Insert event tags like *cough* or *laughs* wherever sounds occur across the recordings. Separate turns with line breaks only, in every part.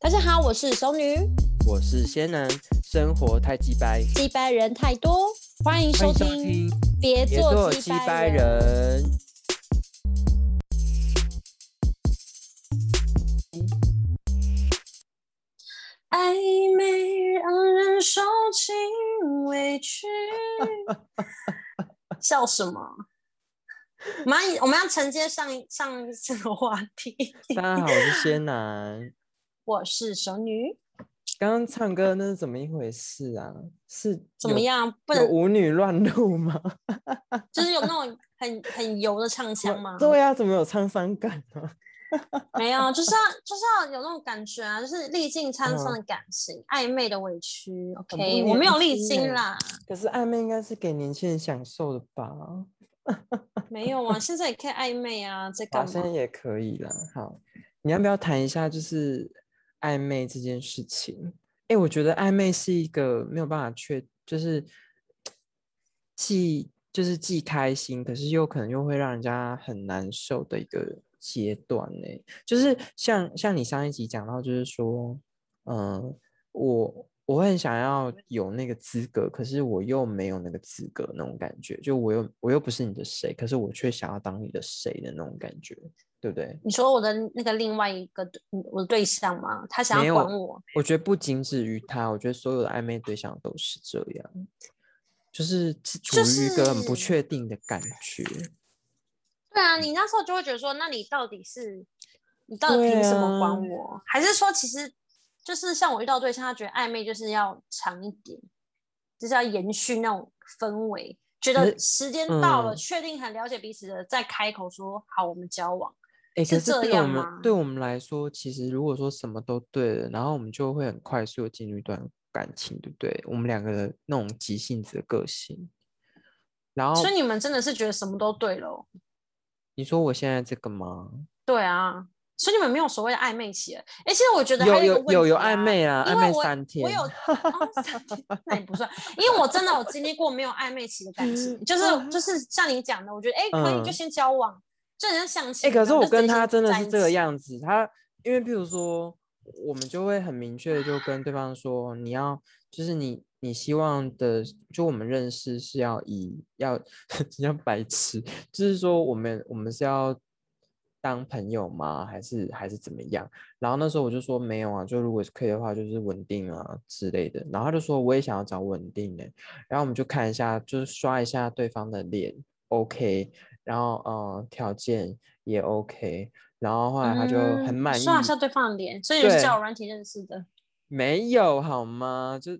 大家好，我是熟女，
我是仙男，生活太鸡掰，
击败人太多，欢迎
欢
收
迎收
听，
听《
别
别
做
鸡
击
掰
败人。
人》。
暧昧让人受尽委 *laughs* 屈，笑什么？我们要我们要承接上一上一次的话题。
大家好，我是仙男。
我是熟女，
刚刚唱歌那是怎么一回事啊？是
怎么
有？
样？不
有
能
舞女乱入吗？
就是有那种很很油的唱腔吗？
对啊呀、怎么有沧桑感啊呢、
没有，就是要就是要有那种感觉啊，就是历尽沧桑的感情，暧昧的委屈。
嗯很
OK，
不
我没有
年
历
轻
经
欸
啦，
可是暧昧应该是给年轻人享受的吧？
没有啊，现在也可以暧昧啊，在
好
干
像
嘛？
也可以啦。好，你要不要谈一下就是暧昧这件事情？哎、我觉得暧昧是一个没有办法确，就是既就是既开心，可是又可能又会让人家很难受的一个阶段呢、就是像像你上一集讲到，就是说，嗯，我我会很想要有那个资格，可是我又没有那个资格那种感觉，就我又我又不是你的谁，可是我却想要当你的谁的那种感觉，对不对？
你说我的那个另外一个对嗯我的对象吗？他想要
没有
管我，
我觉得不仅止于他，我觉得所有的暧昧对象都是这样，就是是处
就
于一个很不
是
确定的感觉。
对啊，你那时候就会觉得说，那你到底是你到底
对
凭什么管
啊
我？还是说，其实就是像我遇到对象，他觉得暧昧就是要长一点，就是要延续那种氛围，觉
可
得
是
时间到了，
嗯
确定很了解彼此的，再开口说好，我们交往。
哎、
是
可
这
是对我
样啊
们
吗
对我们来说，其实如果说什么都对了，然后我们就会很快速的进入一段感情，对不对？我们两个的那种急性子的个性，然后
所以你们真的是觉得什么都对了哦？
你说我现在这个吗？
对啊，所以你们没有所谓的暧昧期了。哎、其实我觉得还
有
一个
有
问
有有
题
暧
啊
昧啊，
因
暧
为
昧
我
三天，
我有、哦、三天，那也不算，因为我真的有经历过没有暧昧期的感情，就是就是像你讲的，我觉得哎、诶可以就
嗯
先交往，就很像相亲
哎、
一样。
可是我
就直接
跟他
先
真的
在
是
一
这个
起，
样子，他因为譬如说，我们就会很明确的就跟对方说，你要就是你你希望的，就我们认识是要以要 *laughs* 像白痴，就是说我们我们是要当朋友吗？还是还是怎么样？然后那时候我就说没有啊，就如果是可以的话，就是稳定啊之类的。然后他就说我也想要找稳定欸的、然后我们就看一下，就是刷一下对方的脸，OK，然后呃条件也 OK，然后后来啊他就很
嗯
满意，
刷一下对方的脸，所以你是
对
交友软体认识的。
没有好吗？就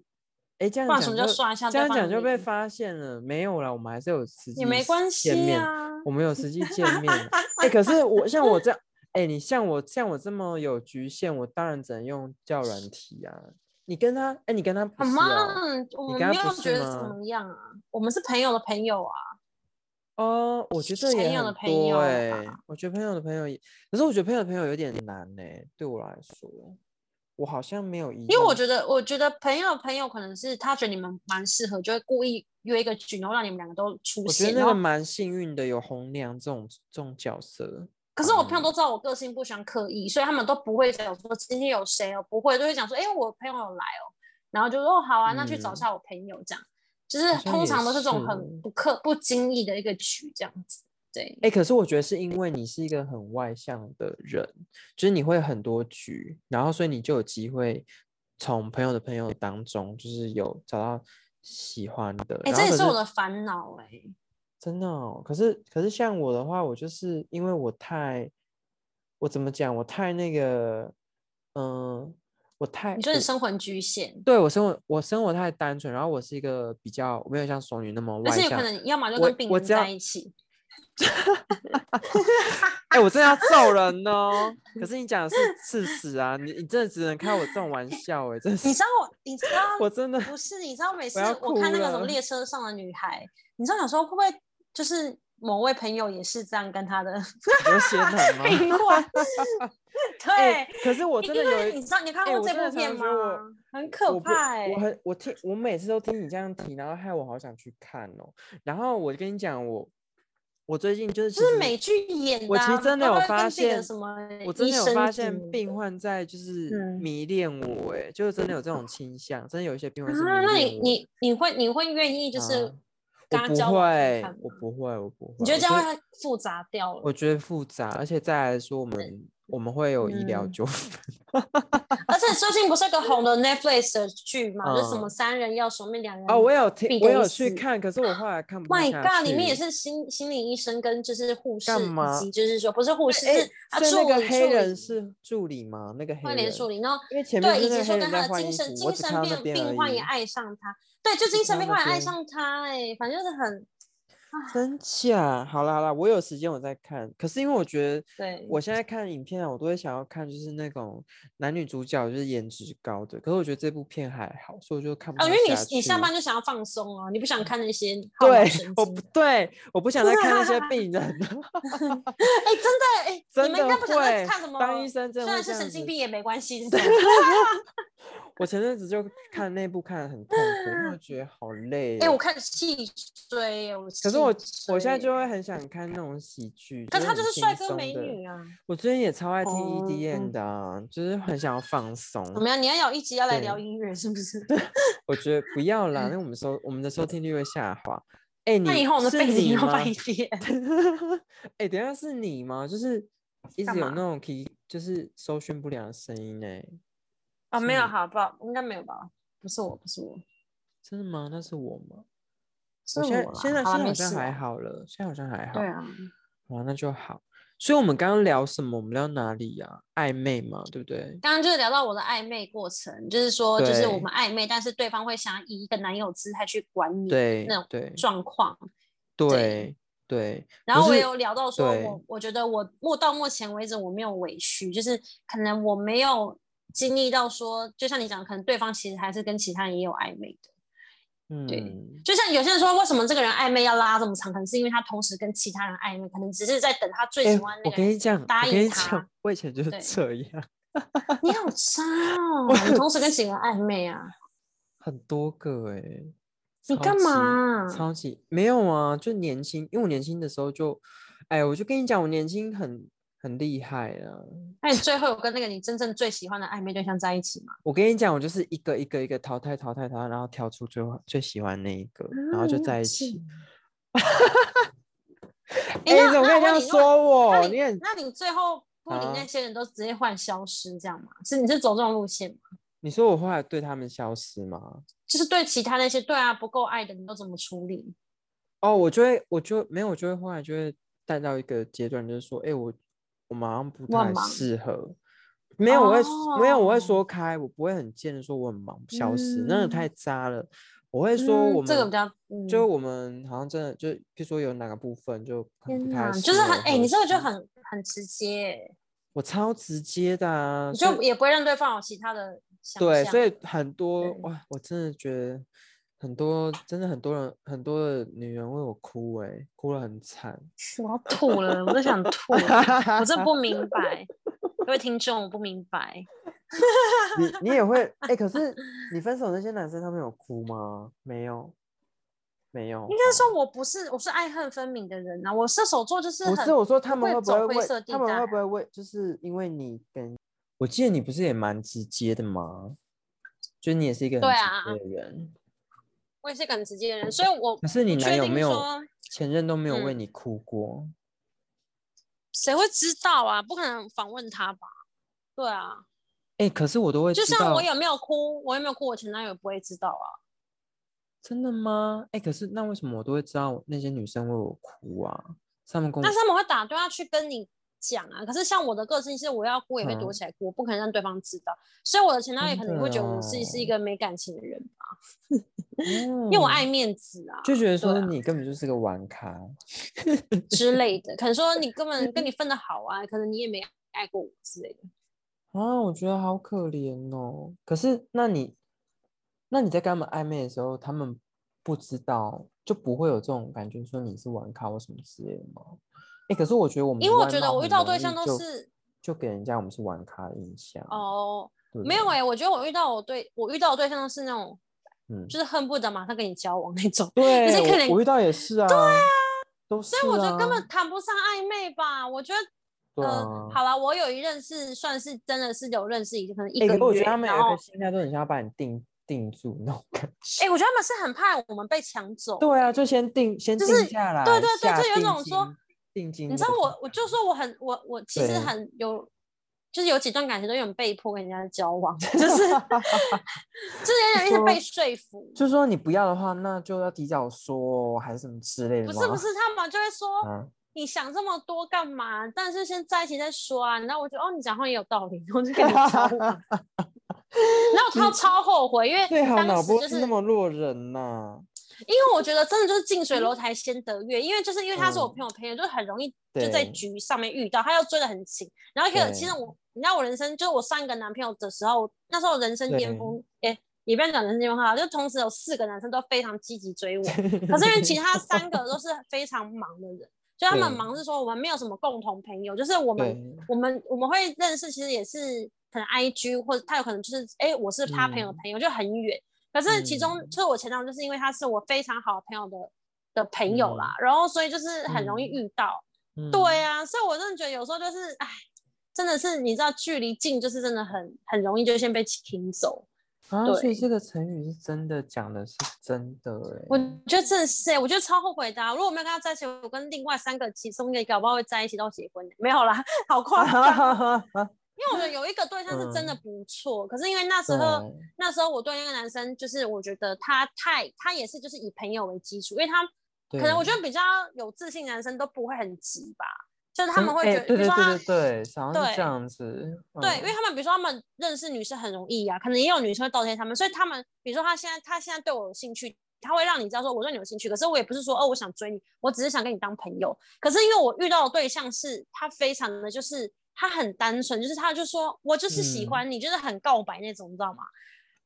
哎这样
不然
讲
什么叫
就
刷一下
这
对
样
方的
讲就被
脸
发现了，没有啦，我们还是有实际
也没关系
见面，
啊，
我们有实际见
*laughs*
面啊。哎、可是我像我这样，哎、你像我像我这么有局限，我当然只能用叫软体啊。你跟他，哎、你跟他不
好
是
吗
哦？？
我
你
们
跟
没
他
有
不
觉
是
得怎
吗
么样啊，我们是朋友的朋友啊。
哦，我觉得
朋
也
友的
很
朋友
多
吧
哎、我觉得朋友的朋友也，可是我觉得朋友的朋友有点难呢、对我来说，我好像没有一样，
因为我觉得，我觉得朋友的朋友可能是他觉得你们蛮适合，就会故意约一个局，然后让你们两个都出
我觉
现。
得那
然
个
后，
蛮幸运的，有红娘这种这种角色。
可是我朋友
嗯
都知道我个性不喜欢刻意，所以他们都不会讲说今天有谁哦，不会，都会讲说，哎、我朋友有来哦，然后就说哦好啊，那去找一
嗯
下我朋友这样。就是
好像
通
也
常都是这种很
是
不刻不经意的一个局这样子，对，
哎、可是我觉得是因为你是一个很外向的人，就是你会很多局，然后所以你就有机会从朋友的朋友当中，就是有找到喜欢的。
哎、
然
这
后
也
可
是我的烦恼哎。
真的哦，可是可是像我的话，我就是因为我太，我怎么讲，我太那个，嗯，我太
你说你
我
生活很局限，
对我生活我生活太单纯，然后我是一个比较没有像熟女那么
而
外
且有可
向。
能要么就
我
跟病
我
人
只要
在一起，
哎、我真的要揍人
*laughs*
哦！可是你讲的是事实啊，你你真的只能开我这种玩笑哎、真
你
是
知道我，你知
*laughs*
道
我真的
不是，你知道每次
要
我看那个什么
哭了
列车上的女孩，你知道有时候会不会就是某位朋友也是这样跟他的
*laughs* 有些难
*laughs*
吗？
病
*laughs*
患？
哎
对，
可是哎我真的
因
有
为
一
你知道你看
哎
过
我
这
真的
部片
常
吗
常觉得我？
很可
我不
怕哎
我，很我听我每次都听你这样提，然后害我好想去看哦。然后我跟你讲，我我最近就是其
这是
实
美剧演的
我
啊、
其实真的
要不
有
然
发
跟自己的
现
什么
我真
医
的有
生啊
发
什么
现
的
病患在就是
嗯
迷恋我、欸，哎、就是真的有这种倾向，真的有一些病患是迷
啊，那
恋
你
我。
你你会你会愿意就是
啊
跟
我
他
不
交往看
会
看，
我
吗
不会，我不会。
你觉得
我
这样
觉
会复杂掉了？
我觉得复杂，而且再来说，我们我们会有医疗
嗯
纠纷。 *laughs*
而且最近不是有个红的 Netflix 的剧
*laughs*
嘛，就是什
嗯
么三人要什么两人
哦，我有
必
听，我
得
有
一
去
死
看，可是我后来看不
My
下
God，里面也
去
是心心理医生跟就是护士
干
以
嘛
及就是说不是护士
诶
是啊
所以
助
那个
理
黑
助
人
理
是助理吗？那个黑
关联
人，
助理，然后
因为前面
对，
是
以
那
及
个
说
黑
跟
人
他
在
的
换
精
衣
神
服，
精
我只
神
看到那
病
边而
病患也
已。
爱上他，对，就精神
看
病
到那
患也爱
边
上他、哎，反正就是很
真假？好啦好啦，我有时间我再看。可是因为我觉得
对
我现在看影片啊，我都会想要看就是那种男女主角就是颜值高的。可是我觉得这部片还好，所以我就看不
哦，因
太
为
下去。
你你下班就想要放松啊，你不想看那
*laughs*
些耗脑
对
神，经
我
哦
不。对，我不想再看那
*laughs*
些病人。 *laughs*
哎、真的哎、你
真
们应
的
该不想再
会
看什么，
当医生
虽
真的会
然
这
是
样
神经
子。
病也没关
*laughs*
系这种。
我前阵子就看那部看
*laughs*
得很痛苦，因为我觉得好累
哎、
哦。
我看戏追耶，我
可
可
是我我现在就会很想看那种喜剧，
可
是
是他
很
就是
轻
帅哥
松
美
的
女啊，
我最近也超爱听 EDM
哦
的、啊，就是很想要放松。
怎么样？你要有一集要来
对
聊音乐是不是？
我觉得不要啦，那我们收我们的收听率会下滑。哎、
*laughs*
你
嗯那以后我们
是
的背景
你
要
吗？
白变。
哎、等一下是你
*laughs*
吗？就是一
干
直有
嘛
那种可以就是搜寻不良的声音哎、
啊、没有，
是你
好不好？应该没有吧？不是我，不是我，
真的吗？那是我吗？
是
我现在
我啦。
现在
好
现
啦
在好
没
像
事
还
啊。
好了，现在好像还好。
对啊，
哇，那就好。所以我们刚刚聊什么？我们聊哪里呀、暧昧嘛，对不对？
刚刚就是聊到我的暧昧过程，就是说，就是我
对
们暧昧，但是对方会想以一个男友姿态去管你
对
那种
对
状况。
对对。
然
不
后我也
是
有聊到说
对
我我觉得我目到目前为止我没有委屈，就是可能我没有经历到说，就像你讲，可能对方其实还是跟其他人也有暧昧的。
嗯，
就像有些人说，为什么这个人暧昧要拉这么长？可能是因为他同时跟其他人暧昧，可能只是在等他最
哎、
喜欢
我
那个
跟你
人。
讲，
答
我
应
跟你
他
讲，我以前就是
对
这样，
*laughs* 你好渣
*laughs*
哦！你同时跟几个人暧昧啊？
很多个哎、
你
超
干
级
嘛
超级没有啊，就年轻，因为我年轻的时候就，哎，我就跟你讲，我年轻很很厉害啊。
那你最后有跟那个你真正最喜欢的暧昧对象在一起吗？
我跟你讲，我就是一个一个一个淘汰淘汰淘汰，然后挑出最后最喜欢那一个，然后就
你好
在一
贱
起。
哎
哎、你怎么可以这样？
那
说我？
那我问你
你
那
很
你那你最后不理
啊
那些人都直接换消失这样吗？是你是走这种路线吗？
你说我后来对他们消失吗？
就是对其他那些对啊不够爱的，你都怎么处理？
哦，我就会，我就没有，我就会后来就会带到一个阶段，就是说，哎、我我马上不
我很
太
忙
适合。没有，我会没有，我会
哦
说开，我不会很贱的说我很忙消失，那个
嗯
太渣了。我会说我
嗯
们、
这个比较，
就
嗯，
我们好像真的就，比如说有哪个部分就可能
天
不太
哪，
适
就是
合
很哎、你
或
这个就是很很直接欸，
我超直接的啊，
你
所以
就也不会让对方有其他的想
对，
象
所以很多
对
哇，我真的觉得很多，真的很多人，很多的女人为我哭、欸，哎，哭了很惨。
*laughs* 我要吐了，我都想吐了，我真不明白，各位听众，我不明白。
你你也会哎、欸可是你分手那些男生他们有哭吗？没有，没有。
*laughs* 应该说，我不是，我是爱恨分明的人啊。我射手座就是
不
很，
是我说他们
会
会不
走
会
灰
为
色地
他们
带
会不会为就是因为你跟我记得你不是也蛮直接的吗？就你也是一个很
对
直
啊
接的人，
我也是一个很直接的人，所以我
可是你
不
男
确
友
定
没有
说
前任都没有为
嗯
你哭过。
谁会知道啊？不可能访问他吧？对啊，
哎、可是我都会
就
知
像
道
我，有没有哭，我有没有哭，我前男友不会知道啊。
真的吗？哎、可是那为什么我都会知道那些女生为我哭啊？是他们跟我
但是他们会打电话去跟你讲啊。可是像我的个性是，我要哭也会躲
嗯
起来哭，我不可能让对方知道。所以我的前男友
真
可能会觉得我
的
自己是一
哦
个没感情的人吧，
因
因为我爱面子啊。
嗯哦就觉得
对
说
啊
你根本就是个玩咖。
之类的，可能说你根
*laughs*
本跟你分的好啊，可能你也没爱过我之类的。
啊，我觉得好可怜哦。可是，那你，那你在跟他们暧昧的时候，他们不知道，就不会有这种感觉，说你是玩咖或什么之类的吗？哎，可是我觉得我们
因
的
为我
外
觉得
貌
我遇
很
到
容
对
易
象都
就是就给人家我们是玩咖的印象，
哦，
对不
没有
对
哎、我觉得我遇到我对我遇到的对象都是那种，
嗯，
就是恨不得马上跟你交往那种。
对
可能
我我遇到也是啊，都是、
所
啊。
以我觉得根本谈不上暧昧吧。我觉得，
对啊
呃，好了，我有一任是算是真的是有认识一个，可能一
欸
个
可是我觉
月
得他们有
然
一
后
个心态都很像要把你定定住那种感觉。
哎、我觉得他们是很怕我们被抢走。
对啊，就先定先
就
定
是
下来，
对对对
下
就有
定
种说
金定金那
你
个
知
金
道
额。
我，我就说我很我我其实
对
很有，就是有几段感情都有点被迫跟人家交
*laughs*
往，就是就是有点一直
说
被说服。
就说你不要的话，那就要提早说哦还是什么之类的
不
吗？
是不是，他们就会说、
啊，
你想这么多干嘛？但是先在一起再说啊。然后我就哦，你讲话也有道理，我就跟你交
*laughs*
往。然后他超后悔，因为
最好
当
啊脑
时
波
就是
是那么弱人呐、
因为我觉得真的就是近水楼台先得月，因为就是因为他是我
嗯
朋友的朋友，就很容易就在
对
局上面遇到，他又追得很勤，然后可
对
其实我，你知道我人生就是我上一个男朋友的时候，那时候人生巅
对
峰，诶，也不要讲人生巅峰哈，就同时有四个男生都非常积极追我，可是因为其他三个都是非常忙的人，就他们
对
忙是说我们没有什么共同朋友，就是我们
*laughs* 对
我们我们会认识，其实也是可能 IG 或者他有可能就是哎、诶我是他朋友的
嗯
朋友，就很远。可是其中、
嗯
就是我前男友，就是因为他是我非常好的朋友的的朋友啦，然后所以就是很容易遇到。
嗯
对啊，所以我真的觉得有时候就是哎，真的是你知道距离近就是真的很很容易就先被请走。
啊，
对
所以这个成语是真的讲的是真的哎、 *laughs*
我觉得真的是、欸，我觉得超后悔的啊、如果我没有跟他在一起，我跟另外三个其中一个搞不好会在一起到结婚、欸没有啦，好夸
*laughs*
张哦。因为我觉得有一个对象是真的不错，可是因为那时候
嗯对
那时候我对那个男生，就是我觉得他太他也是就是以朋友为基础，因为他可能我觉得比较有自信的男生都不会很急吧，就是他
真
们会
哎
觉得，
对
比
对
如说他
对对对，好像
对
是这样子，
对，因为
嗯
他们比如说他们认识女生很容易呀、啊可能也有女生会倒贴他们，所以他们比如说他现在他现在对我有兴趣，他会让你知道说我对你有兴趣，可是我也不是说哦我想追你，我只是想跟你当朋友。可是因为我遇到的对象是他非常的就是他很单纯，就是他就说我就是喜
嗯
欢你，就是很告白那种，你知道吗？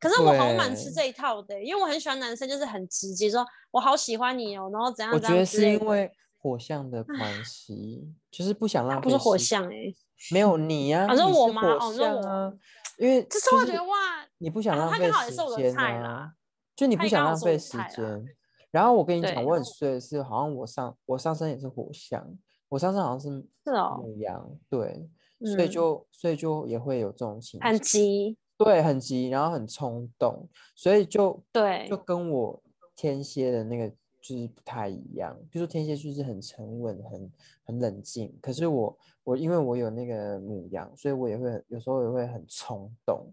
可是我好蛮吃
对
这一套的欸、因为我很喜欢男生，就是很直接说，我好喜欢你哦，然后怎样
我
怎
觉得
样之
是
类
因
的。
为火象的关系，就是不想浪费
不是火
时
象哎、欸，
没有你呀、
哦
你
是我
是
吗
火
哦那
象
我
啊，因为
这
就是
我觉得哇，
你不想
啊
浪
他
费
刚好也
时
是我的
间
菜
啊
啦，
就你
他
不
也
想
刚好
浪
是我
费
的
时
菜啦
间。然后我跟你讲，
对
我很衰的是，好像我上我上身也是火象，我上身好像是
是哦，
母羊，对，所以
嗯
就所以就也会有这种情
很
绪，
急，
对，很急，然后很冲动，所以就
对
就跟我天蝎的那个就是不太一样。比如说天蝎就是很沉稳、很很冷静，可是我我因为我有那个母羊，所以我也会很有时候也会很冲动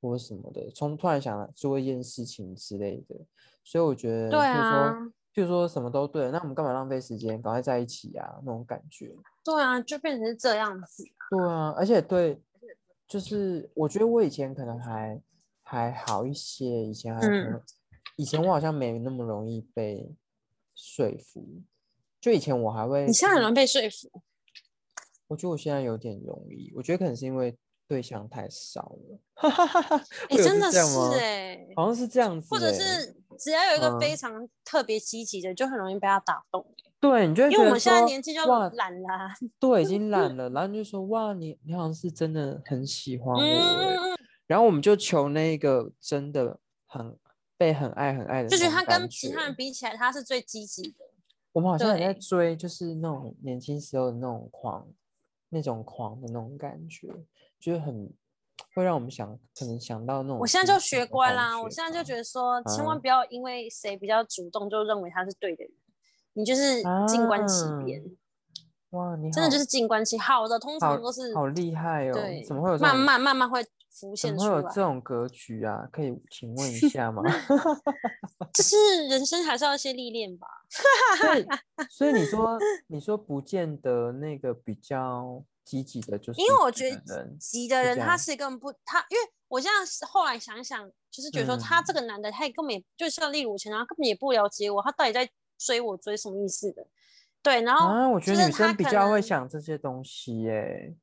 或什么的，冲突然想做一件事情之类的。所以我觉得，
对
譬如
啊
说，，譬如说什么都对，那我们干嘛浪费时间？赶快在一起啊，那种感觉。
对啊，就变成是这样子。
对啊，而且对，就是我觉得我以前可能还还好一些，以前还可
嗯
能，以前我好像没那么容易被说服，就以前我还会，
你现在很容易被说服，
我觉得我现在有点容易，我觉得可能是因为对象太少了， *laughs*
哎、
会有
真
是
的
这样
是
吗
哎、
好像是这样子
或者
欸，
是只要有一个
嗯
非常特别积极的，就很容易被他打动欸、
对，你就会
因为我
觉得
们现在
说
年纪就
哇，
懒啦， *laughs*
对，已经懒了，然后你就说哇，你你好像是真的很喜欢我欸，
嗯，
然后我们就求那个真的很被很爱很爱的，
就觉得他跟其他人，比起来，他是最积极的。
我们好像也在
对
追，就是那种年轻时候的那种狂，那种狂的那种感觉，就是很会让我们想，可能想到那种。
我现在就学乖啦，我现在就觉
得，
得说，千万
嗯
不要因为谁比较主动就认为他是对的人，你就是静观其
啊
变，
哇，你
真的
好
就是静观其好的，通
好
常都是
好厉害哦，
对
怎么会有这
慢
种
慢慢慢会浮
怎
现
么
出
会有
来
这。种格局啊？可以请问一下吗？ *laughs*
就是人生还是要一些历练吧。
所
*laughs*
以，所以你说，你说不见得那个比较积极的，就是
因为我
这
觉
个
得
人
急的
是
人，
这
他
样
是根本不他，因为我现在是后来想一想，就是觉得说他
嗯
这个男的，他也根本也就像例如我前男友，他根本也不了解我，他到底在追我追什么意思的？对，然后
啊，我觉
就
得
是
女
他
生比
可
较
能
会，想这些东西耶、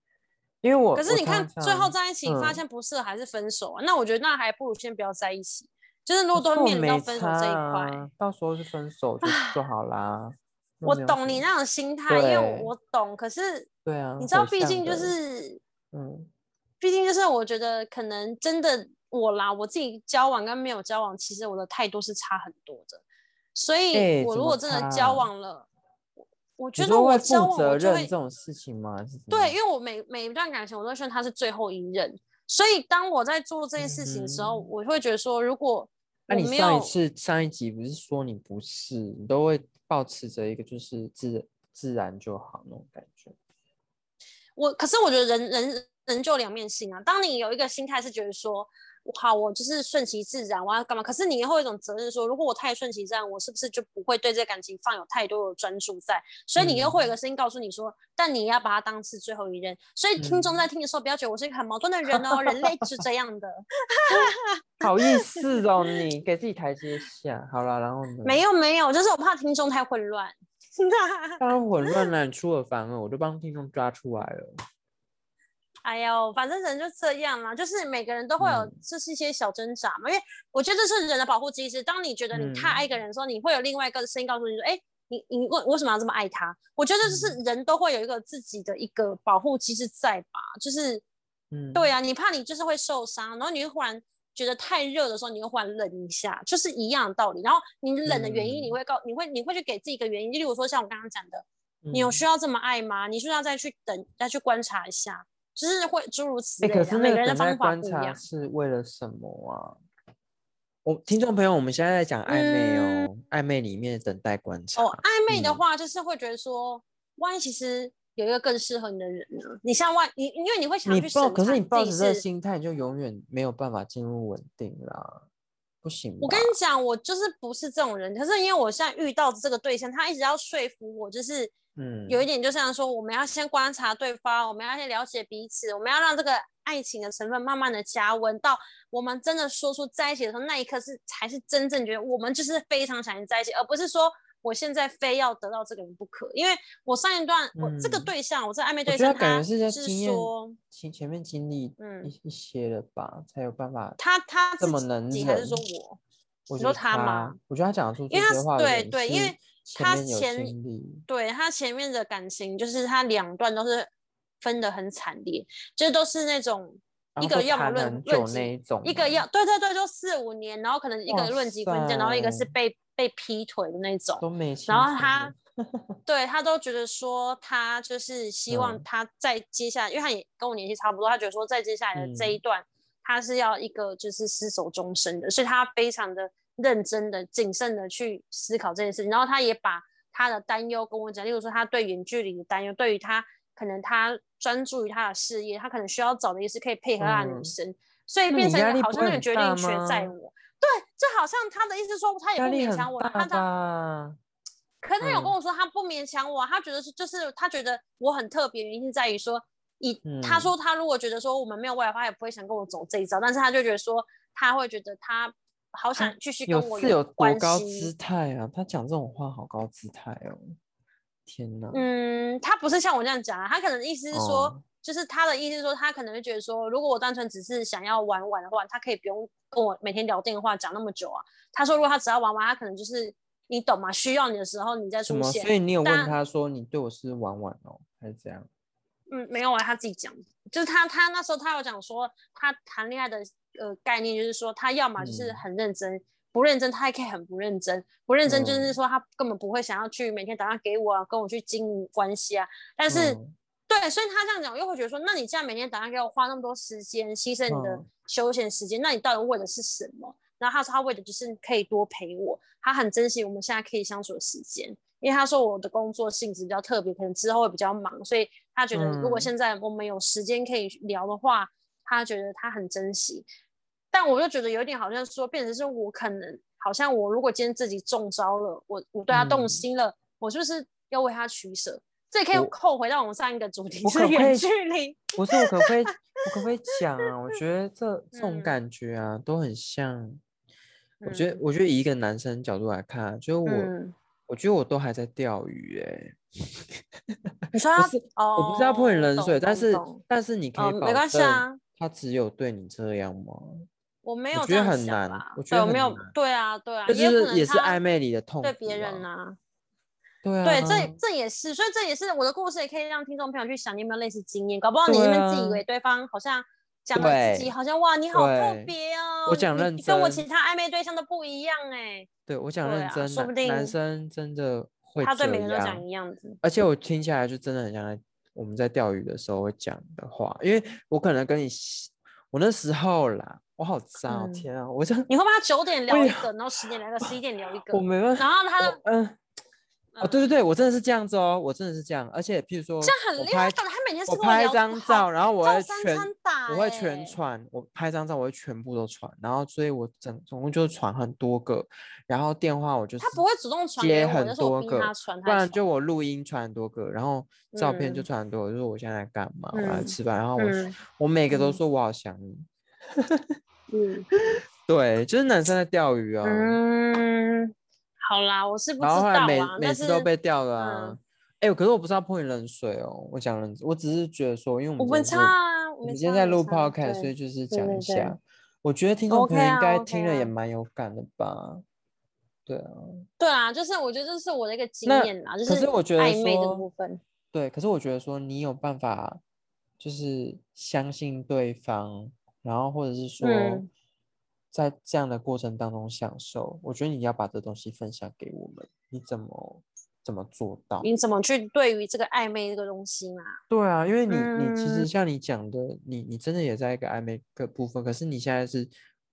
因为我
可是
我
你看
常
最后
常
在一起发
嗯
现不适合还是分手啊，那我觉得那还不如先不要在一起。就是如果
可
都
是
会
我
面临到
哦没
分手
差
这一块，
啊，到时候就分手
*laughs*
就就好啦。又
我
没有什
懂你
么
那种心态，因为
对
我我懂。可是
对啊，
你知道，
火
毕
象
竟就
的
是
嗯，
毕竟就是我觉得可能真的我啦，我自己交往跟没有交往，其实我的态度是差很多的。所以
哎
我
怎
如
么
果真的
差
交
啊
往了，我
你
觉得
说
我
会
交
负
往
责
我就
任
会
这种事情吗？还是怎么
对，
样
因，为我每每一段感情，我都劝他是最后一任，所以当我在做这件事情的时候，
嗯
我会觉得说，如果
那
我
你
没
上一
有
次上一集不是说你不是，你都会保持着一个就是自自然就好那种感
*laughs*
觉。
我，可是我觉得人人人就两面性啊。当你有一个心态是觉得说，好，我就是顺其自然，我要干嘛？可是你也会有一种责任说，如果我太顺其自然，我是不是就不会对这感情放有太多的专注在？所以你又会有一个声音告诉你说，但你要把它当是最后一任。所以听众在听的时候，不要觉得我是一个很矛盾的人哦，人类是这样的。
好意思哦，你给自己台阶下。好了，然后呢？
没有没有，就是我怕听众太混乱。 *laughs*
当然混乱了，你出尔反尔，我都帮听众抓出来了。
哎呦，反正人就这样啦，就是每个人都会有
嗯，
就是一些小挣扎嘛。因为我觉得这是人的保护机制。当你觉得你
嗯
太爱一个人的时候，你会有另外一个声音告诉你说：“哎、你你为为什么要这么爱他？”我觉得这
嗯
是人都会有一个自己的一个保护机制在吧，就是
嗯，
*laughs* 对啊，你怕你就是会受伤，然后你又忽然觉得太热的时候，你又忽然冷一下，就是一样的道理。然后你冷的原因，你
嗯
会告，你会你会去给自己一个原因，就例如说像我刚刚讲的，你有
嗯
需要这么爱吗？你需要再去等，再去观察一下，就是会诸如此
哎、
类的。
可是
每
那
个
个
人的
等待
方法
观
不一
察
样。
是为了什么啊？我听众朋友，我们现在在讲暧昧
嗯
哦，暧昧里面的等待观察。
哦，暧昧的
嗯
话，就是会觉得说，万一其实有一个更适合你的人呢？你像万你，因为你会想
你
要去审
抱，
查
可是你抱
自己
着这个
是。
心态，你就永远没有办法进入稳定啦，不行。
我跟你，讲，我就是不是这种人，可是因为我现在遇到这个对象，他一直要说服我，就是
嗯，
有一点就像说，我们要先观察对方，我们要先了解彼此，我们要让这个爱情的成分慢慢的加温，到我们真的说出在一起的时候，那一刻是才是真正觉得我们就是非常想在一起，而不是说我现在非要得到这个人不可。因为我上一段我这个
嗯
对象，我这个暧昧
我
对
觉
象，
得感觉是在
是
经验
说，，
前前面经历
嗯
一一些了吧，才有办法。
他他
这
自
么能
己还是说
忍
我，
我
你
觉
说
得
他吗
他，我觉得他讲出这
因为他
些
是
话的
对
人
对因
是
为他
面有
前
经历，
对他前面的感情，就是他两段都是分得很惨烈，就是都是那种
然
一
后
个
会
要么
谈
论
很
论
久
及
那一种吗，
一个要对对对，就四五年，然后可能一
哇
个论及婚嫁，然后一个是
塞
被被劈腿的那种，
都没清楚
然
了，
后他对他都觉得说他就是希望
嗯
他在接下来，因为他也跟我年纪差不多，他觉得说在接下来的这
嗯
一段，他是要一个就是厮守终身的，所以他非常的认真的、谨慎的去思考这件事情，然后他也把他的担忧跟我讲，例如说他对远距离的担忧，对于他可能他专注于他的事业，他可能需要找的也是可以配合他的女
嗯
生，所以
那
变
你
成
压
一个
力
好
不
像
会
那个
很
决
大
定权在
吗
我。对，就好像他的意思说，他也
压
不
力
勉
很
强我，
大
他他
吧？
可他有跟
嗯
我说，他不勉强我啊，他觉得是就是他觉得我很特别，原因是在于说，以他
嗯
说他如果觉得说我们没有未来的话，他也不会想跟我走这一招，但是他就觉得说他会觉得他好
他
想继续
有
跟我
是有多
关
高姿
系。
态啊？他讲这种话好高姿态哦！天哪，
嗯，他不是像我这样讲啊，他可能意思是说，
哦
就是他的意思是说，他可能会觉得说，如果我单纯只是想要玩玩的话，他可以不用跟我每天聊电话讲那么久啊。他说，如果他只要玩玩，他可能就是你懂吗？需要你的时候你再
什
出
么？
现。
所以你有问
但
他说你对我是玩玩哦，还是怎样？
嗯，没有啊，他自己讲的，就是他他那时候他有讲说，他谈恋爱的呃概念就是说，他要么就是
嗯
很认真，不认真他也可以很不认真，不认真就是
嗯
说他根本不会想要去每天打电话给我啊，跟我去经营关系啊。但是、
嗯
对，所以他这样讲，我又会觉得说，那你这样每天打电话给我，花那么多时间，牺牲你的
嗯
休闲时间，那你到底为的是什么？然后他说他为的就是可以多陪我，他很珍惜我们现在可以相处的时间。因为他说我的工作性质比较特别，可能之后会比较忙，所以他觉得如果
嗯
现在我们有时间可以聊的话，他觉得他很珍惜。但我就觉得有一点好像说，变成是我可能好像我如果今天自己中招了，我我对他动
嗯
心了，我是不是要为他取舍？这也可以
我
扣回到我们上一个主题，
我
就是
可不可
远
以
距离。
不是我可不
*laughs*
可以，我可不可以讲啊？我觉得这这种
嗯
感觉啊，都很像。我觉得，我觉得以一个男生角度来看，啊就是 *laughs* 我，
嗯，
*laughs* 我觉得我都还在钓鱼哎、
你说
不
他
是，
哦，
我不是要泼你冷
懂
水，但
懂
是
懂
但是你可
哦
以
没
保
关系啊
证他只有对你这样吗？
我没
我
有
觉
这
得
样
很
想
难
啦，
我觉
对
得
我没
很
有，
难
对啊，对啊，
这
也有
就
可
是
能
也是
他
暧昧里的痛
对
苦
别人
啊，
啊，
对啊，
对，这这也是，所以这也是我的故事，也可以让听众朋友去想你有没有类似经验，搞不好你
对
那边自以
啊
为对方好像讲了自己，
对
好像哇，你好特
对
别哦，
我讲
你
认
你跟我其
真
他暧昧对象都不一样哎，
对我讲
对
认
啊
真
说
男，
不定
男生真的会
他对每
这
个人都
样
讲一样子，
而且我听起来就真的很像在我们在钓鱼的时候会讲的话，因为我可能跟你习，我那时候啦，我好脏、哦，
嗯
天啊，我这
你会不会他九点聊
我
一
也
个，然后十点聊一个，十一点聊一个
啊 *laughs* 我，没办法，
*laughs* 然后他嗯
我嗯，哦，对对对，我真的是这样子哦，我真的是这样，而且譬如说，
这样很
我
厉害，
拍，
他每天是
我
跟聊
拍张照，，然后我
照
会
三
全
餐打、欸
我会全。传，我拍张照我会全部都传，然后所以我整总共就传很多个，然后电话我就是
他不会主动传
接
给我，
很
但是我
多
逼
个
他，传，
不
他
然
传
就我录音传很多个，然后照片就
嗯
传很多个，就是我现在在干嘛，我来
嗯
吃饭，然哦后我
嗯
我每个都
嗯
说我好想你，
嗯
对，就是男生在钓鱼啊，
嗯，好啦，我是不知
然后
道
后来每
啊，
每
但
次
是
都被钓了
嗯
啊。哎、可是我不是要泼你冷水哦，我讲冷，我只是觉得说，因为
我
我们
们
今天
差
是
啊，
我
我
们
们
今天
差
在
我
录
们差
podcast，所
对
以就是
对
讲
对
一
对
下。我觉得听众
OK
朋友应
啊
该
，OK
听了也
啊
蛮有感的吧？对啊，
对啊，就是我觉得这是我的一个经
那
验啦，就
可是我觉得
暧昧的
说
部分。
对，可是我觉得说你有办法，就是相信对方，然后或者是说
嗯
在这样的过程当中享受。我觉得你要把这东西分享给我们，你怎么怎么做到？
你怎么去对于这个暧昧这个东西嘛？
对啊，因为你你其实
嗯
像你讲的，你你真的也在一个暧昧的部分，可是你现在是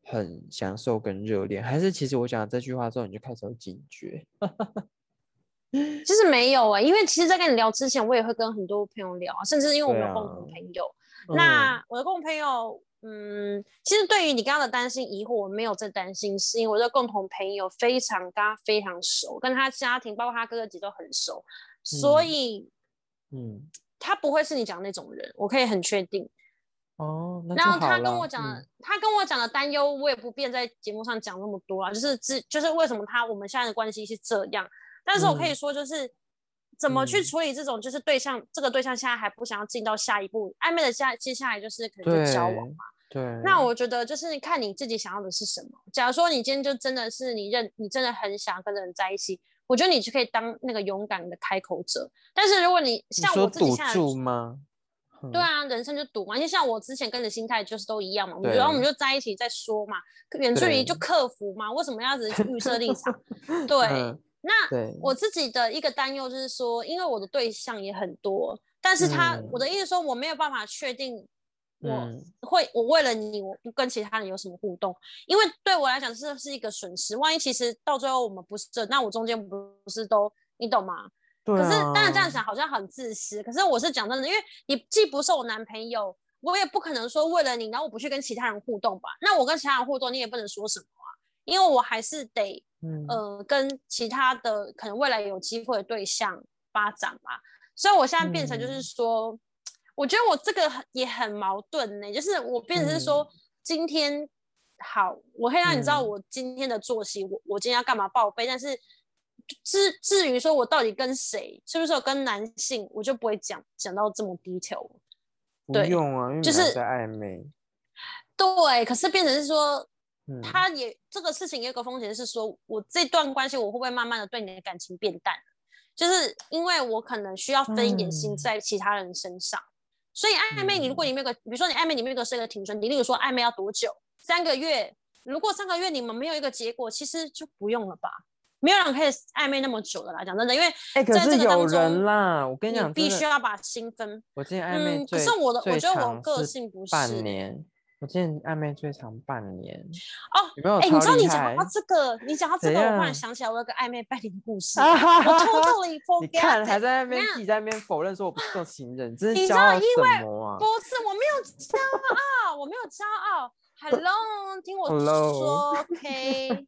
很享受跟热恋，还是其实我讲了这句话之后你就开始有警觉？
其实没有啊、因为其实，在跟你聊之前，我也会跟很多朋友聊啊，甚至因为我们
对
有共同
啊
朋友。
嗯
那我的共同朋友，嗯，其实对于你刚刚的担心疑惑，我没有在担心，是因为我的共同朋友非常跟他非常熟，跟他家庭，包括他哥哥姐都很熟，所
嗯
以
嗯
他不会是你讲的那种人，我可以很确定。
哦，那就
然后
好
他跟
啦
我讲的，
嗯
他跟我讲的担忧，我也不便在节目上讲那么多啊。就是之，就是为什么他我们现在的关系是这样。但是我可以
嗯
说，就是、怎么去
嗯
处理这种，就是对象、这个对象现在还不想要进到下一步暧昧的下，接下来就是可能就交往嘛。
对，
那我觉得就是看你自己想要的是什么。假如说你今天就真的是你认，你真的很想跟这个人在一起，我觉得你就可以当那个勇敢的开口者。但是如果你
你
像
说
我自己
赌
现在的
注吗？
对
嗯，
啊，人生就赌嘛，因为像我之前跟你的心态就是都一样嘛，我们
对
然后我们就在一起再说嘛，可远距离就
对
克服嘛，为什么要只是去预设立场？
*laughs*
对，
嗯
那
对，
我自己的一个担忧就是说，因为我的对象也很多，但是他、我的意思是说我没有办法确定我
嗯
会、我为了你我跟其他人有什么互动，因为对我来讲是是一个损失，万一其实到最后我们不是这，那我中间不是都你懂吗？
对
可是当然这样
啊
想好像很自私，可是我是讲真的，因为你既不是我男朋友，我也不可能说为了你，然后我不去跟其他人互动吧？那我跟其他人互动，你也不能说什么啊，因为我还是得
嗯
呃跟其他的可能未来有机会的对象发展嘛。所以我现在变成就是
嗯
说，我觉得我这个很也很矛盾呢、就是我变
嗯
成是说、今天好，我可以让你知道
嗯
我今天的作息，我我今天要干嘛报备，但是至至于说我到底跟谁，是不是有跟男性，我就不会讲讲到这么 detail 了。
不
对
用啊，因为
就
你还
是
在暧昧，
对，可是变成是说，
嗯，
他也这个事情也有个风险是说，我这段关系我会不会慢慢的对你的感情变淡，就是因为我可能需要分一点心
嗯
在其他人身上，所以暧昧你如果你没有个，比如说你暧昧里面有个是一个停损点，例如说暧昧要多久，三个月，如果三个月你们没有一个结果，其实就不用了吧，没有人可以暧昧那么久的啦，讲真的，因为
哎，可
在这
是
个当
有人
中
啦，我跟你
你
讲，
必
真的
须要把心分，
我之前暧昧
嗯，可
最，
是我的我
最
觉得我
长
个
是
性不是
半年，我之前暧昧最长半年，
哦，
有没有
哎、你
超
知道
厉
你讲到
害
这个，你讲到这
怎
个，我忽然
样
想起来，我有个暧昧半年的故
*laughs*
事。
啊哈
我
哈哈
totally
*laughs* 你
forget，
看还
it
在那边
那
自己在那边否认说我不是这种情人，真
你
是
知
骄
道
傲
因
什么啊
不？是，我没有骄傲，我没有骄傲。Hello，听
*laughs*
我
Hello
说，OK，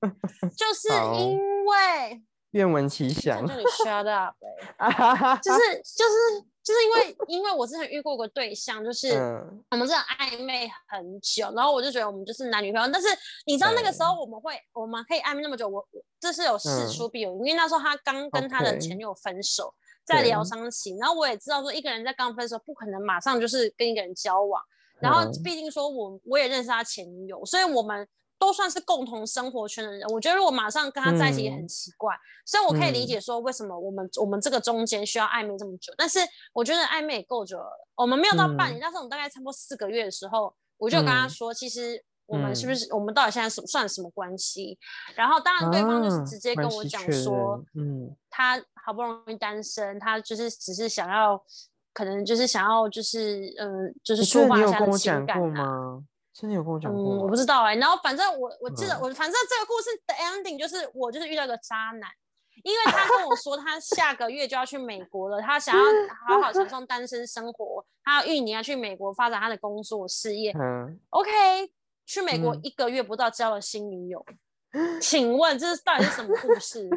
就是
*laughs* 好
因为
愿闻其
想
详
叫你 shut up，欸
啊哈哈哈，
就是就是就是因为因为我之前遇过个对象，就是。
*laughs* 嗯，
我们真的暧昧很久，然后我就觉得我们就是男女朋友。但是你知道那个时候我们会，我们可以暧昧那么久，我我这是有事
嗯
出必有因，因为那时候他刚跟他的
OK
前女友分手，在疗
对
伤期。然后我也知道说，一个人在刚分手，不可能马上就是跟一个人交往。然后
嗯
毕竟说我我也认识他前女友，所以我们都算是共同生活圈的人。我觉得如果马上跟他在一起也很
嗯
奇怪，所以我可以理
嗯
解说为什么我们、我们这个中间需要暧昧这么久。但是我觉得暧昧也够久了，我们没有到半年，但是我们大概差不多四个月的时候，我就有跟他
嗯
说，其实我们是不是、我们到底现在什算什么关系？然后当然对方
啊
就是直接跟我讲说，
嗯
他好不容易单身，他就是只是想要，可能就是想要就是嗯、就是
关系确认，你确
抒
定
发
你
一
有
下
跟
的
我
情
讲
感
过
啊。
吗？真的有跟我讲
嗯，
过啊
我
吗
不？知道哎、然后反正我我记得
嗯
我反正这个故事的 ending 就是我就是遇到一个渣男，因为他跟我说他下个月就要去美国了，他
*laughs*
想要好好享受单身生活，他要一年要去美国发展他的工作事业。
嗯，
OK，去美国
嗯
一个月不到交了新女友，请问这是到底是什么故事？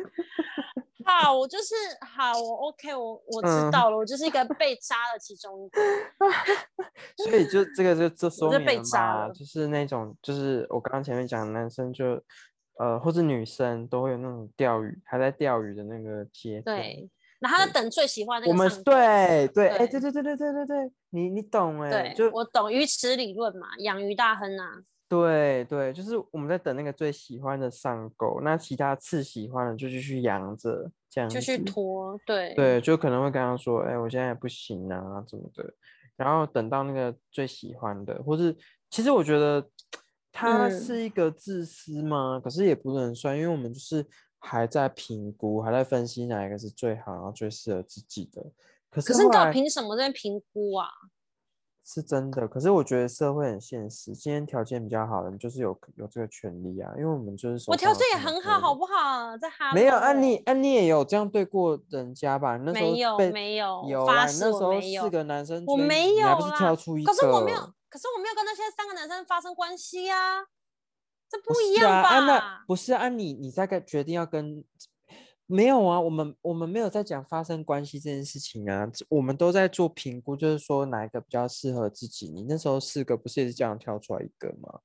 好，我就是好，我 OK，我我知
嗯
道了，我就是一个被渣的其中一个。
*laughs* 所以就这个就
*laughs*
这说
就
明
被
了
扎
嘛，
了
就是那种就是我刚刚前面讲的男生就呃或者女生都会有那种钓鱼还在钓鱼的那个阶段。
对，然后他在等最喜欢的
我
那个
们
上钩
对对，
对
哎，对对对对对对对，你你懂哎，
对，
就
我懂鱼池理论嘛，养鱼大亨啊，
对对，就是我们在等那个最喜欢的上钩，那其他次喜欢的就继续养着，这样
就去
子
拖，对，
嗯对，就可能会跟他说，哎，我现在不行啊，怎么的。然后等到那个最喜欢的，或是其实我觉得他
嗯
是一个自私吗？可是也不能算，因为我们就是还在评估，还在分析哪一个是最好，然后最适合自己的。可是
可是你
后
到
来
底凭什么在评估啊？
是真的，可是我觉得社会很现实，今天条件比较好的，你就是有有这个权利啊，因为我们就是手
我条
上有
件也
这么
很
多
好，好不好？在哈
没有，
喽
啊你啊你也有这样对过人家吧？你那时候
没有
被
没有
有
发
啊，你
誓
那
我
时候
没有
四个男生
我
追你
没
你还
有
不是
啦
挑出一个？
可是我没有，可是我没有跟那些三个男生发生关系呀、这
不
不一
是
样
啊
吧？
啊那不是啊，你你在跟决定要跟没有啊？我们我们没有在讲发生关系这件事情啊，我们都在做评估，就是说哪一个比较适合自己。你那时候四个不是也是这样挑出来一个吗？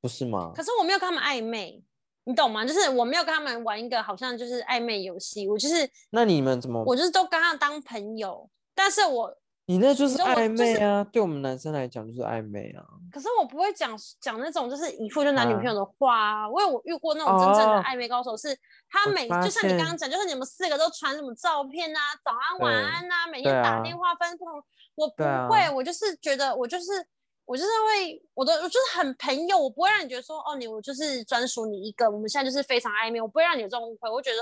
不是吗？
可是我没有跟他们暧昧，你懂吗？就是我没有跟他们玩一个好像就是暧昧游戏，我就是
那你们怎么？
我就是都跟他当朋友，但是我
你那就
你
是
知道我
暧
就
昧
是
啊，对我们男生来讲就是暧昧啊。
可是我不会讲讲那种就是一副就男女朋
啊
友的话啊，因为我遇过那种真正的
哦
暧昧高手，是他
我
每
发
就像你刚刚
现
讲，就是你们四个都传什么照片啊，早安晚
对
安啊，每
对
天打
啊
电话分不同，我不
对啊
会，我就是觉得我就是。我就是会，我的我就是很朋友，我不会让你觉得说，哦，你我就是专属你一个，我们现在就是非常暧昧，我不会让你有这种误会。我觉得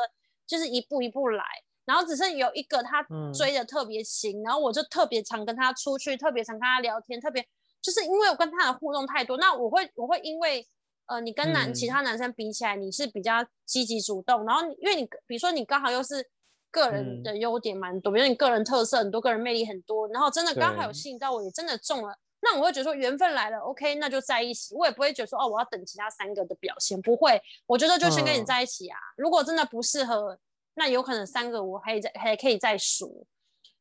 就是一步一步来，然后只是有一个他
嗯
追的特别勤，然后我就特别常跟他出去，特别常跟他聊天，特别就是因为我跟他的互动太多，那我会我会因为呃，你跟男、其
嗯
他男生比起来，你是比较积极主动，然后你因为你比如说你刚好又是个人
嗯
的优点蛮多，比如你个人特色很多，个人魅力很多，然后真的刚好有
对
吸引到我，也真的中了。那我会觉得说缘分来了，OK，那就在一起。我也不会觉得说哦，我要等其他三个的表现，不会。我觉得就先跟你
嗯
在一起啊。如果真的不适合，那有可能三个我还再还可以再数。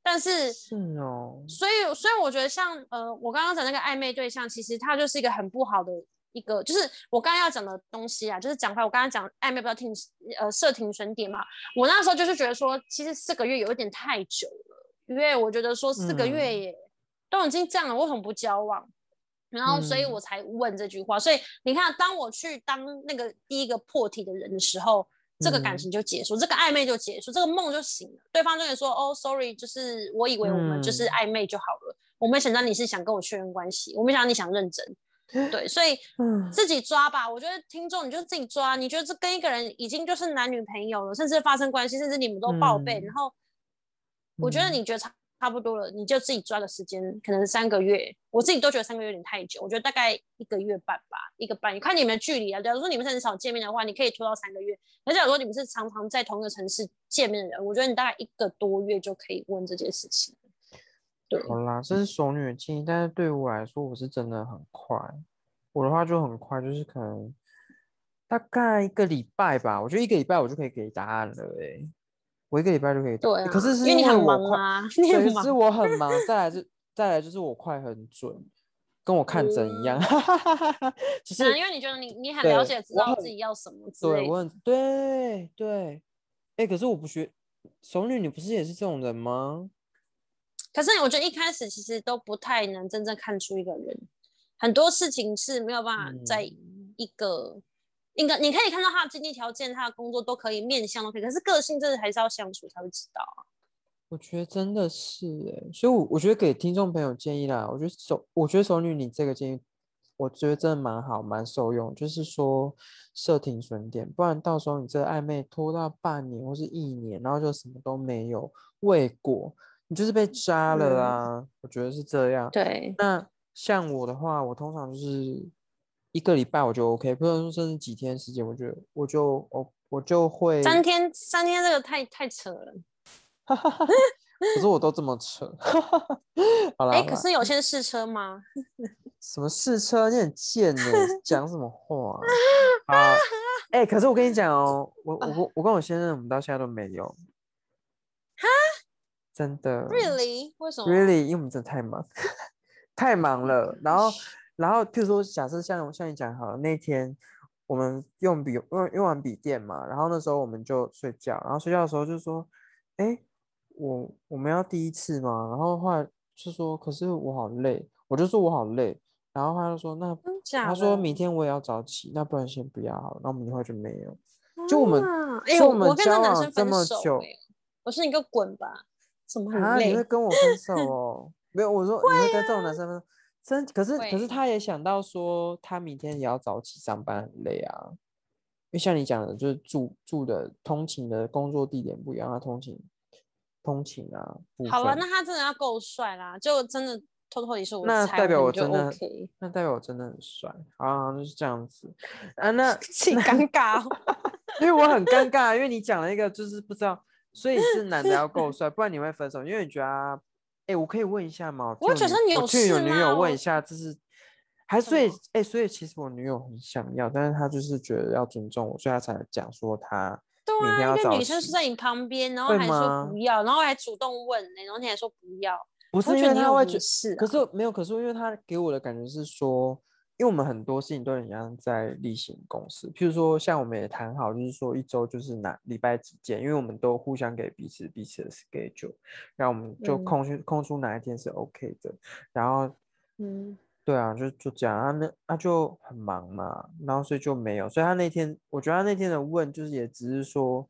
但是
是哦，
所以，所以我觉得像呃，我刚刚讲那个暧昧对象，其实他就是一个很不好的一个，就是我刚刚要讲的东西啊，就是讲回来我刚刚讲暧昧不要停呃设停损点嘛。我那时候就是觉得说，其实四个月有一点太久了，因为我觉得说四个月
嗯
也、都已经这样了，为什么不交往？然后，所以
嗯
我才问这句话。所以你看，当我去当那个第一个破题的人的时候，这个感
嗯
情就结束，这个暧昧就结束，这个梦就醒了。对方就会说：“哦，sorry，就是我以为我们就是
嗯
暧昧就好了，我没想到你是想跟我确认关系，我没想到你想认
*laughs*
真。”对，所以
嗯，
自己抓吧。我觉得听众你就自己抓，你觉得这跟一个人已经就是男女朋友了，甚至发生关系，甚至你们都报备，
嗯
然后我觉得
嗯
你觉得差差不多了，你就自己抓个时间，可能三个月，我自己都觉得三个月有点太久，我觉得大概一个月半吧，一个半。你看你们的距离啊，假如说你们是很少见面的话，你可以拖到三个月；而假如说你们是常常在同一个城市见面的人，我觉得你大概一个多月就可以问这件事情。对，
好啦，这是熟女的建议，但是对我来说，我是真的很快。我的话就很快，就是可能大概一个礼拜吧，我觉得一个礼拜我就可以给答案了、欸。我一个礼拜就可以答。
对啊，
可是是
因为你很
我
忙
快，
啊，你
*laughs* 对，
很
就
忙
是。我很忙。再来就再来就是我快很准，跟我看诊一样，
可能嗯
就是
啊因为你觉得你你很
对
了解，知
我
道
很
自己要什么之
对
类
我
的。
很对对。哎、可是我不学熟女，你不是也是这种人吗？
可是我觉得一开始其实都不太能真正看出一个人，很多事情是没有办法啊
嗯
在一个、一个你可以看到他的经济条件、他的工作都可以面相都可以，可是个性真的还是要相处才会知道啊。
我觉得真的是哎，所以我，我觉得给听众朋友建议啦，我觉得熟，我觉得熟女你这个建议我觉得真的蛮好，蛮受用。就是说设停损点，不然到时候你这个暧昧拖到半年或是一年，然后就什么都没有未果，你就是被渣了
嗯
啦。我觉得是这样。
对，
那像我的话，我通常就是一个礼拜我就 OK，不能说甚至几天时间，我觉得我就我我就会，
三
可
天三天这个太太扯了。
是我都这么扯。 *laughs* 好啦
哎、
好
可
啦
是有些试车吗？
什么试车，你很贱 *laughs* 呢，讲什么话啊？ *laughs* 啊，哎，可是我跟你讲哦，我我跟我跟我先生，我们到现在都没有。哈？真的
Really？为什么
嗯 Really，因为我们真的太忙，太忙了。然后，然后，譬如说，假设像像你讲好了，那天我们用笔用用完笔电嘛，然后那时候我们就睡觉，然后睡觉的时候就说，哎，我我们要第一次嘛，然后后来就说，可是我好累，我就说我好累，然后他就说那。
真假的？
他说明天我也要早起，那不然先不要好了。那我们以后就没有。就我们
啊哎、
就
我
我们
跟
交
那男
往
生
这
分
么
手、
久
哎我说你给我滚吧，什么
啊，
很累啊
你会跟我分手哦？没有，我说你会跟这种男生分手，真可是可
会
是他也想到说，他明天也要早起上班，很累啊。因为像你讲的，就是住住的通勤的工作地点不一样，他通勤通勤啊。部
好了，
分
那他真的要够帅啦，就真的偷偷地说我
那
猜
代表
我
我
可能
真
就
的 *laughs*
OK，
那代表我真的很帅啊，就是这样子啊。
*laughs*
那
挺尴尬、哦。
因为我很尴尬，因为你讲了一个就是不知道，所以这男的要够帅，不然你会分手。因为你觉得他，哎、我可以问一下吗？
我会
听
觉得你
女
有
我去有
事
女
吗
友问
我
一下，这是还
什
所以
么
哎、所以其实我女友很想要，但是她就是觉得要尊重我，所以她才讲说她
对
明天
啊，
要
一
早
个
起。
女生是在你旁边，然后
会
还说
吗
不要，然后还主动问呢、然后你还说不要，
不
我
是因
觉得
为
你
她
有
会
病
觉，
是、啊，
可是没有，可是因为她给我的感觉是说。因为我们很多事情都很像在例行公事，譬如说像我们也谈好，就是说一周就是哪礼拜几见，因为我们都互相给彼此彼此的 schedule，然后我们就
嗯
空出空出哪一天是 OK 的，然后
嗯，
对啊，就就这样啊，那他就很忙嘛，然后所以就没有，所以他那天我觉得他那天的问就是也只是说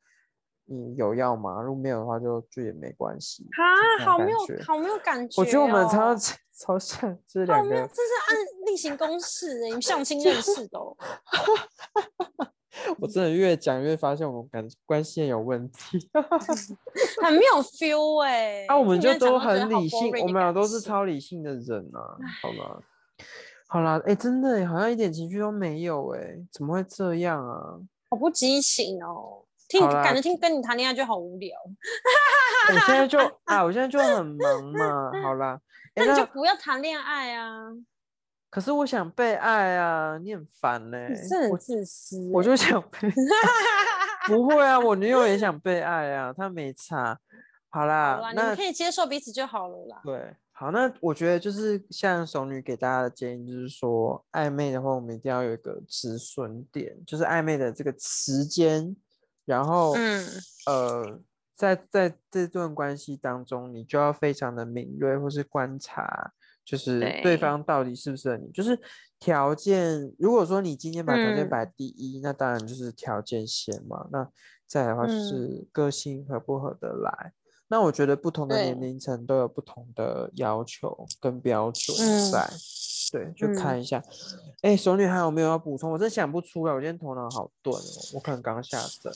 你有要吗？如果没有的话就就也没关系，
啊，
这种
好没
感
有
觉
好没有感觉、哦，
我觉得我们超超像，就是
好
两
没有，
个
这是按例行公事哎、你们相亲认识的哦。
我真的越讲越发现我们感关系有问题。 *laughs*
很没有 feel 哎、欸。
啊，我们
你
就
这
都
样讲
很
都
理
觉得好
性
boring，的
我们俩
感
都是
情
超理性的人啊，好吗？好啦，哎、真的耶好像一点情绪都没有哎、怎么会这样啊？
好不激情哦。听
好啦
感觉听跟你谈恋爱就好无聊，
我现在就啊，我现在就很忙嘛，
*laughs*
好啦，
那
哎、
你就
那
不要谈恋爱啊！
可是我想被爱啊，你很烦呢、
你是很
我
自私欸、 *laughs*
我就想被， *laughs* 不会啊，我女友也想被爱啊，她没差，好啦，
好啦，你
那
们可以接受彼此就好了啦。
对，好，那我觉得就是像熟女给大家的建议，就是说暧昧的话，我们一定要有一个止损点，就是暧昧的这个时间，然后，
嗯，
呃，在在这段关系当中，你就要非常的敏锐或是观察，就是
对
对方到底适不适合你，就是条件。如果说你今天把条件
嗯
摆第一，那当然就是条件先嘛，那再来的话就
嗯
是个性合不合得来。那我觉得不同的年
对
龄层都有不同的要求跟标准
嗯
在，对，就
嗯
看一下。哎、熟女还有没有要补充？我真想不出来，我今天头脑好钝哦，我可能刚下针。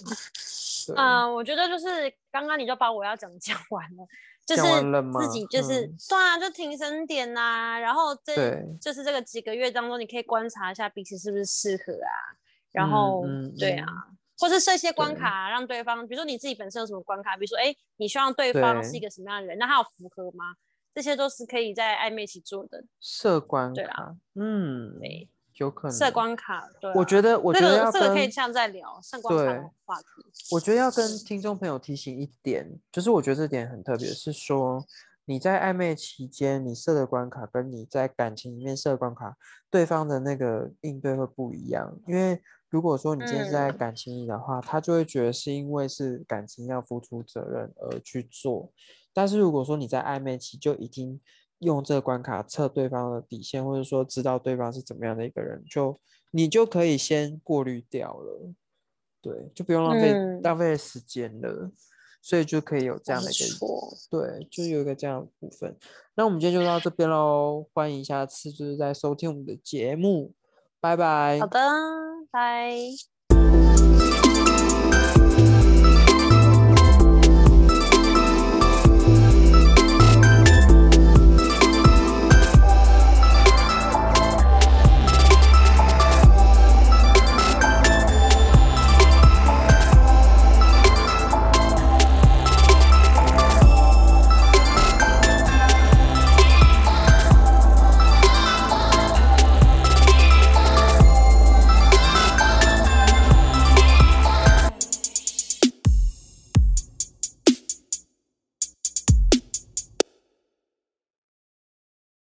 对，
啊、我觉得就是刚刚你就把我要讲 *laughs* 的讲完了，就是
讲完了吗
自己就是、
嗯
对啊，就停身点呐、然后这
对
就是这个几个月当中，你可以观察一下彼此是不是适合啊，然
嗯
后、
嗯
对啊
嗯，
或是设一些关
对
卡啊、让对方，比如说你自己本身有什么关卡，比如说哎，诶你希望对方是一
对
个什么样的人，那他有符合吗？这些都是可以在暧昧期做的，
社关
对啊
卡，嗯，
对，
有可能。
设关卡，对啊、
我觉得，我觉
这
得
个
要
这
跟、
个可以这样再聊，上关卡
对
的话题，
我觉得要跟听众朋友提醒一点，就是我觉得这点很特别，是说你在暧昧期间你设的关卡，跟你在感情里面设的关卡，对方的那个应对会不一样。因为如果说你今天是在
嗯
感情里的话，他就会觉得是因为是感情要付出责任而去做，但是如果说你在暧昧期就已经用这个关卡测对方的底线，或者说知道对方是怎么样的一个人，就你就可以先过滤掉了。对，就不用浪费、
嗯
浪费时间了。所以就可以有这样的一
没
个
错
对，就有一个这样的部分。那我们今天就到这边喽，欢迎下次就是在收听我们的节目，拜拜。
好的，拜。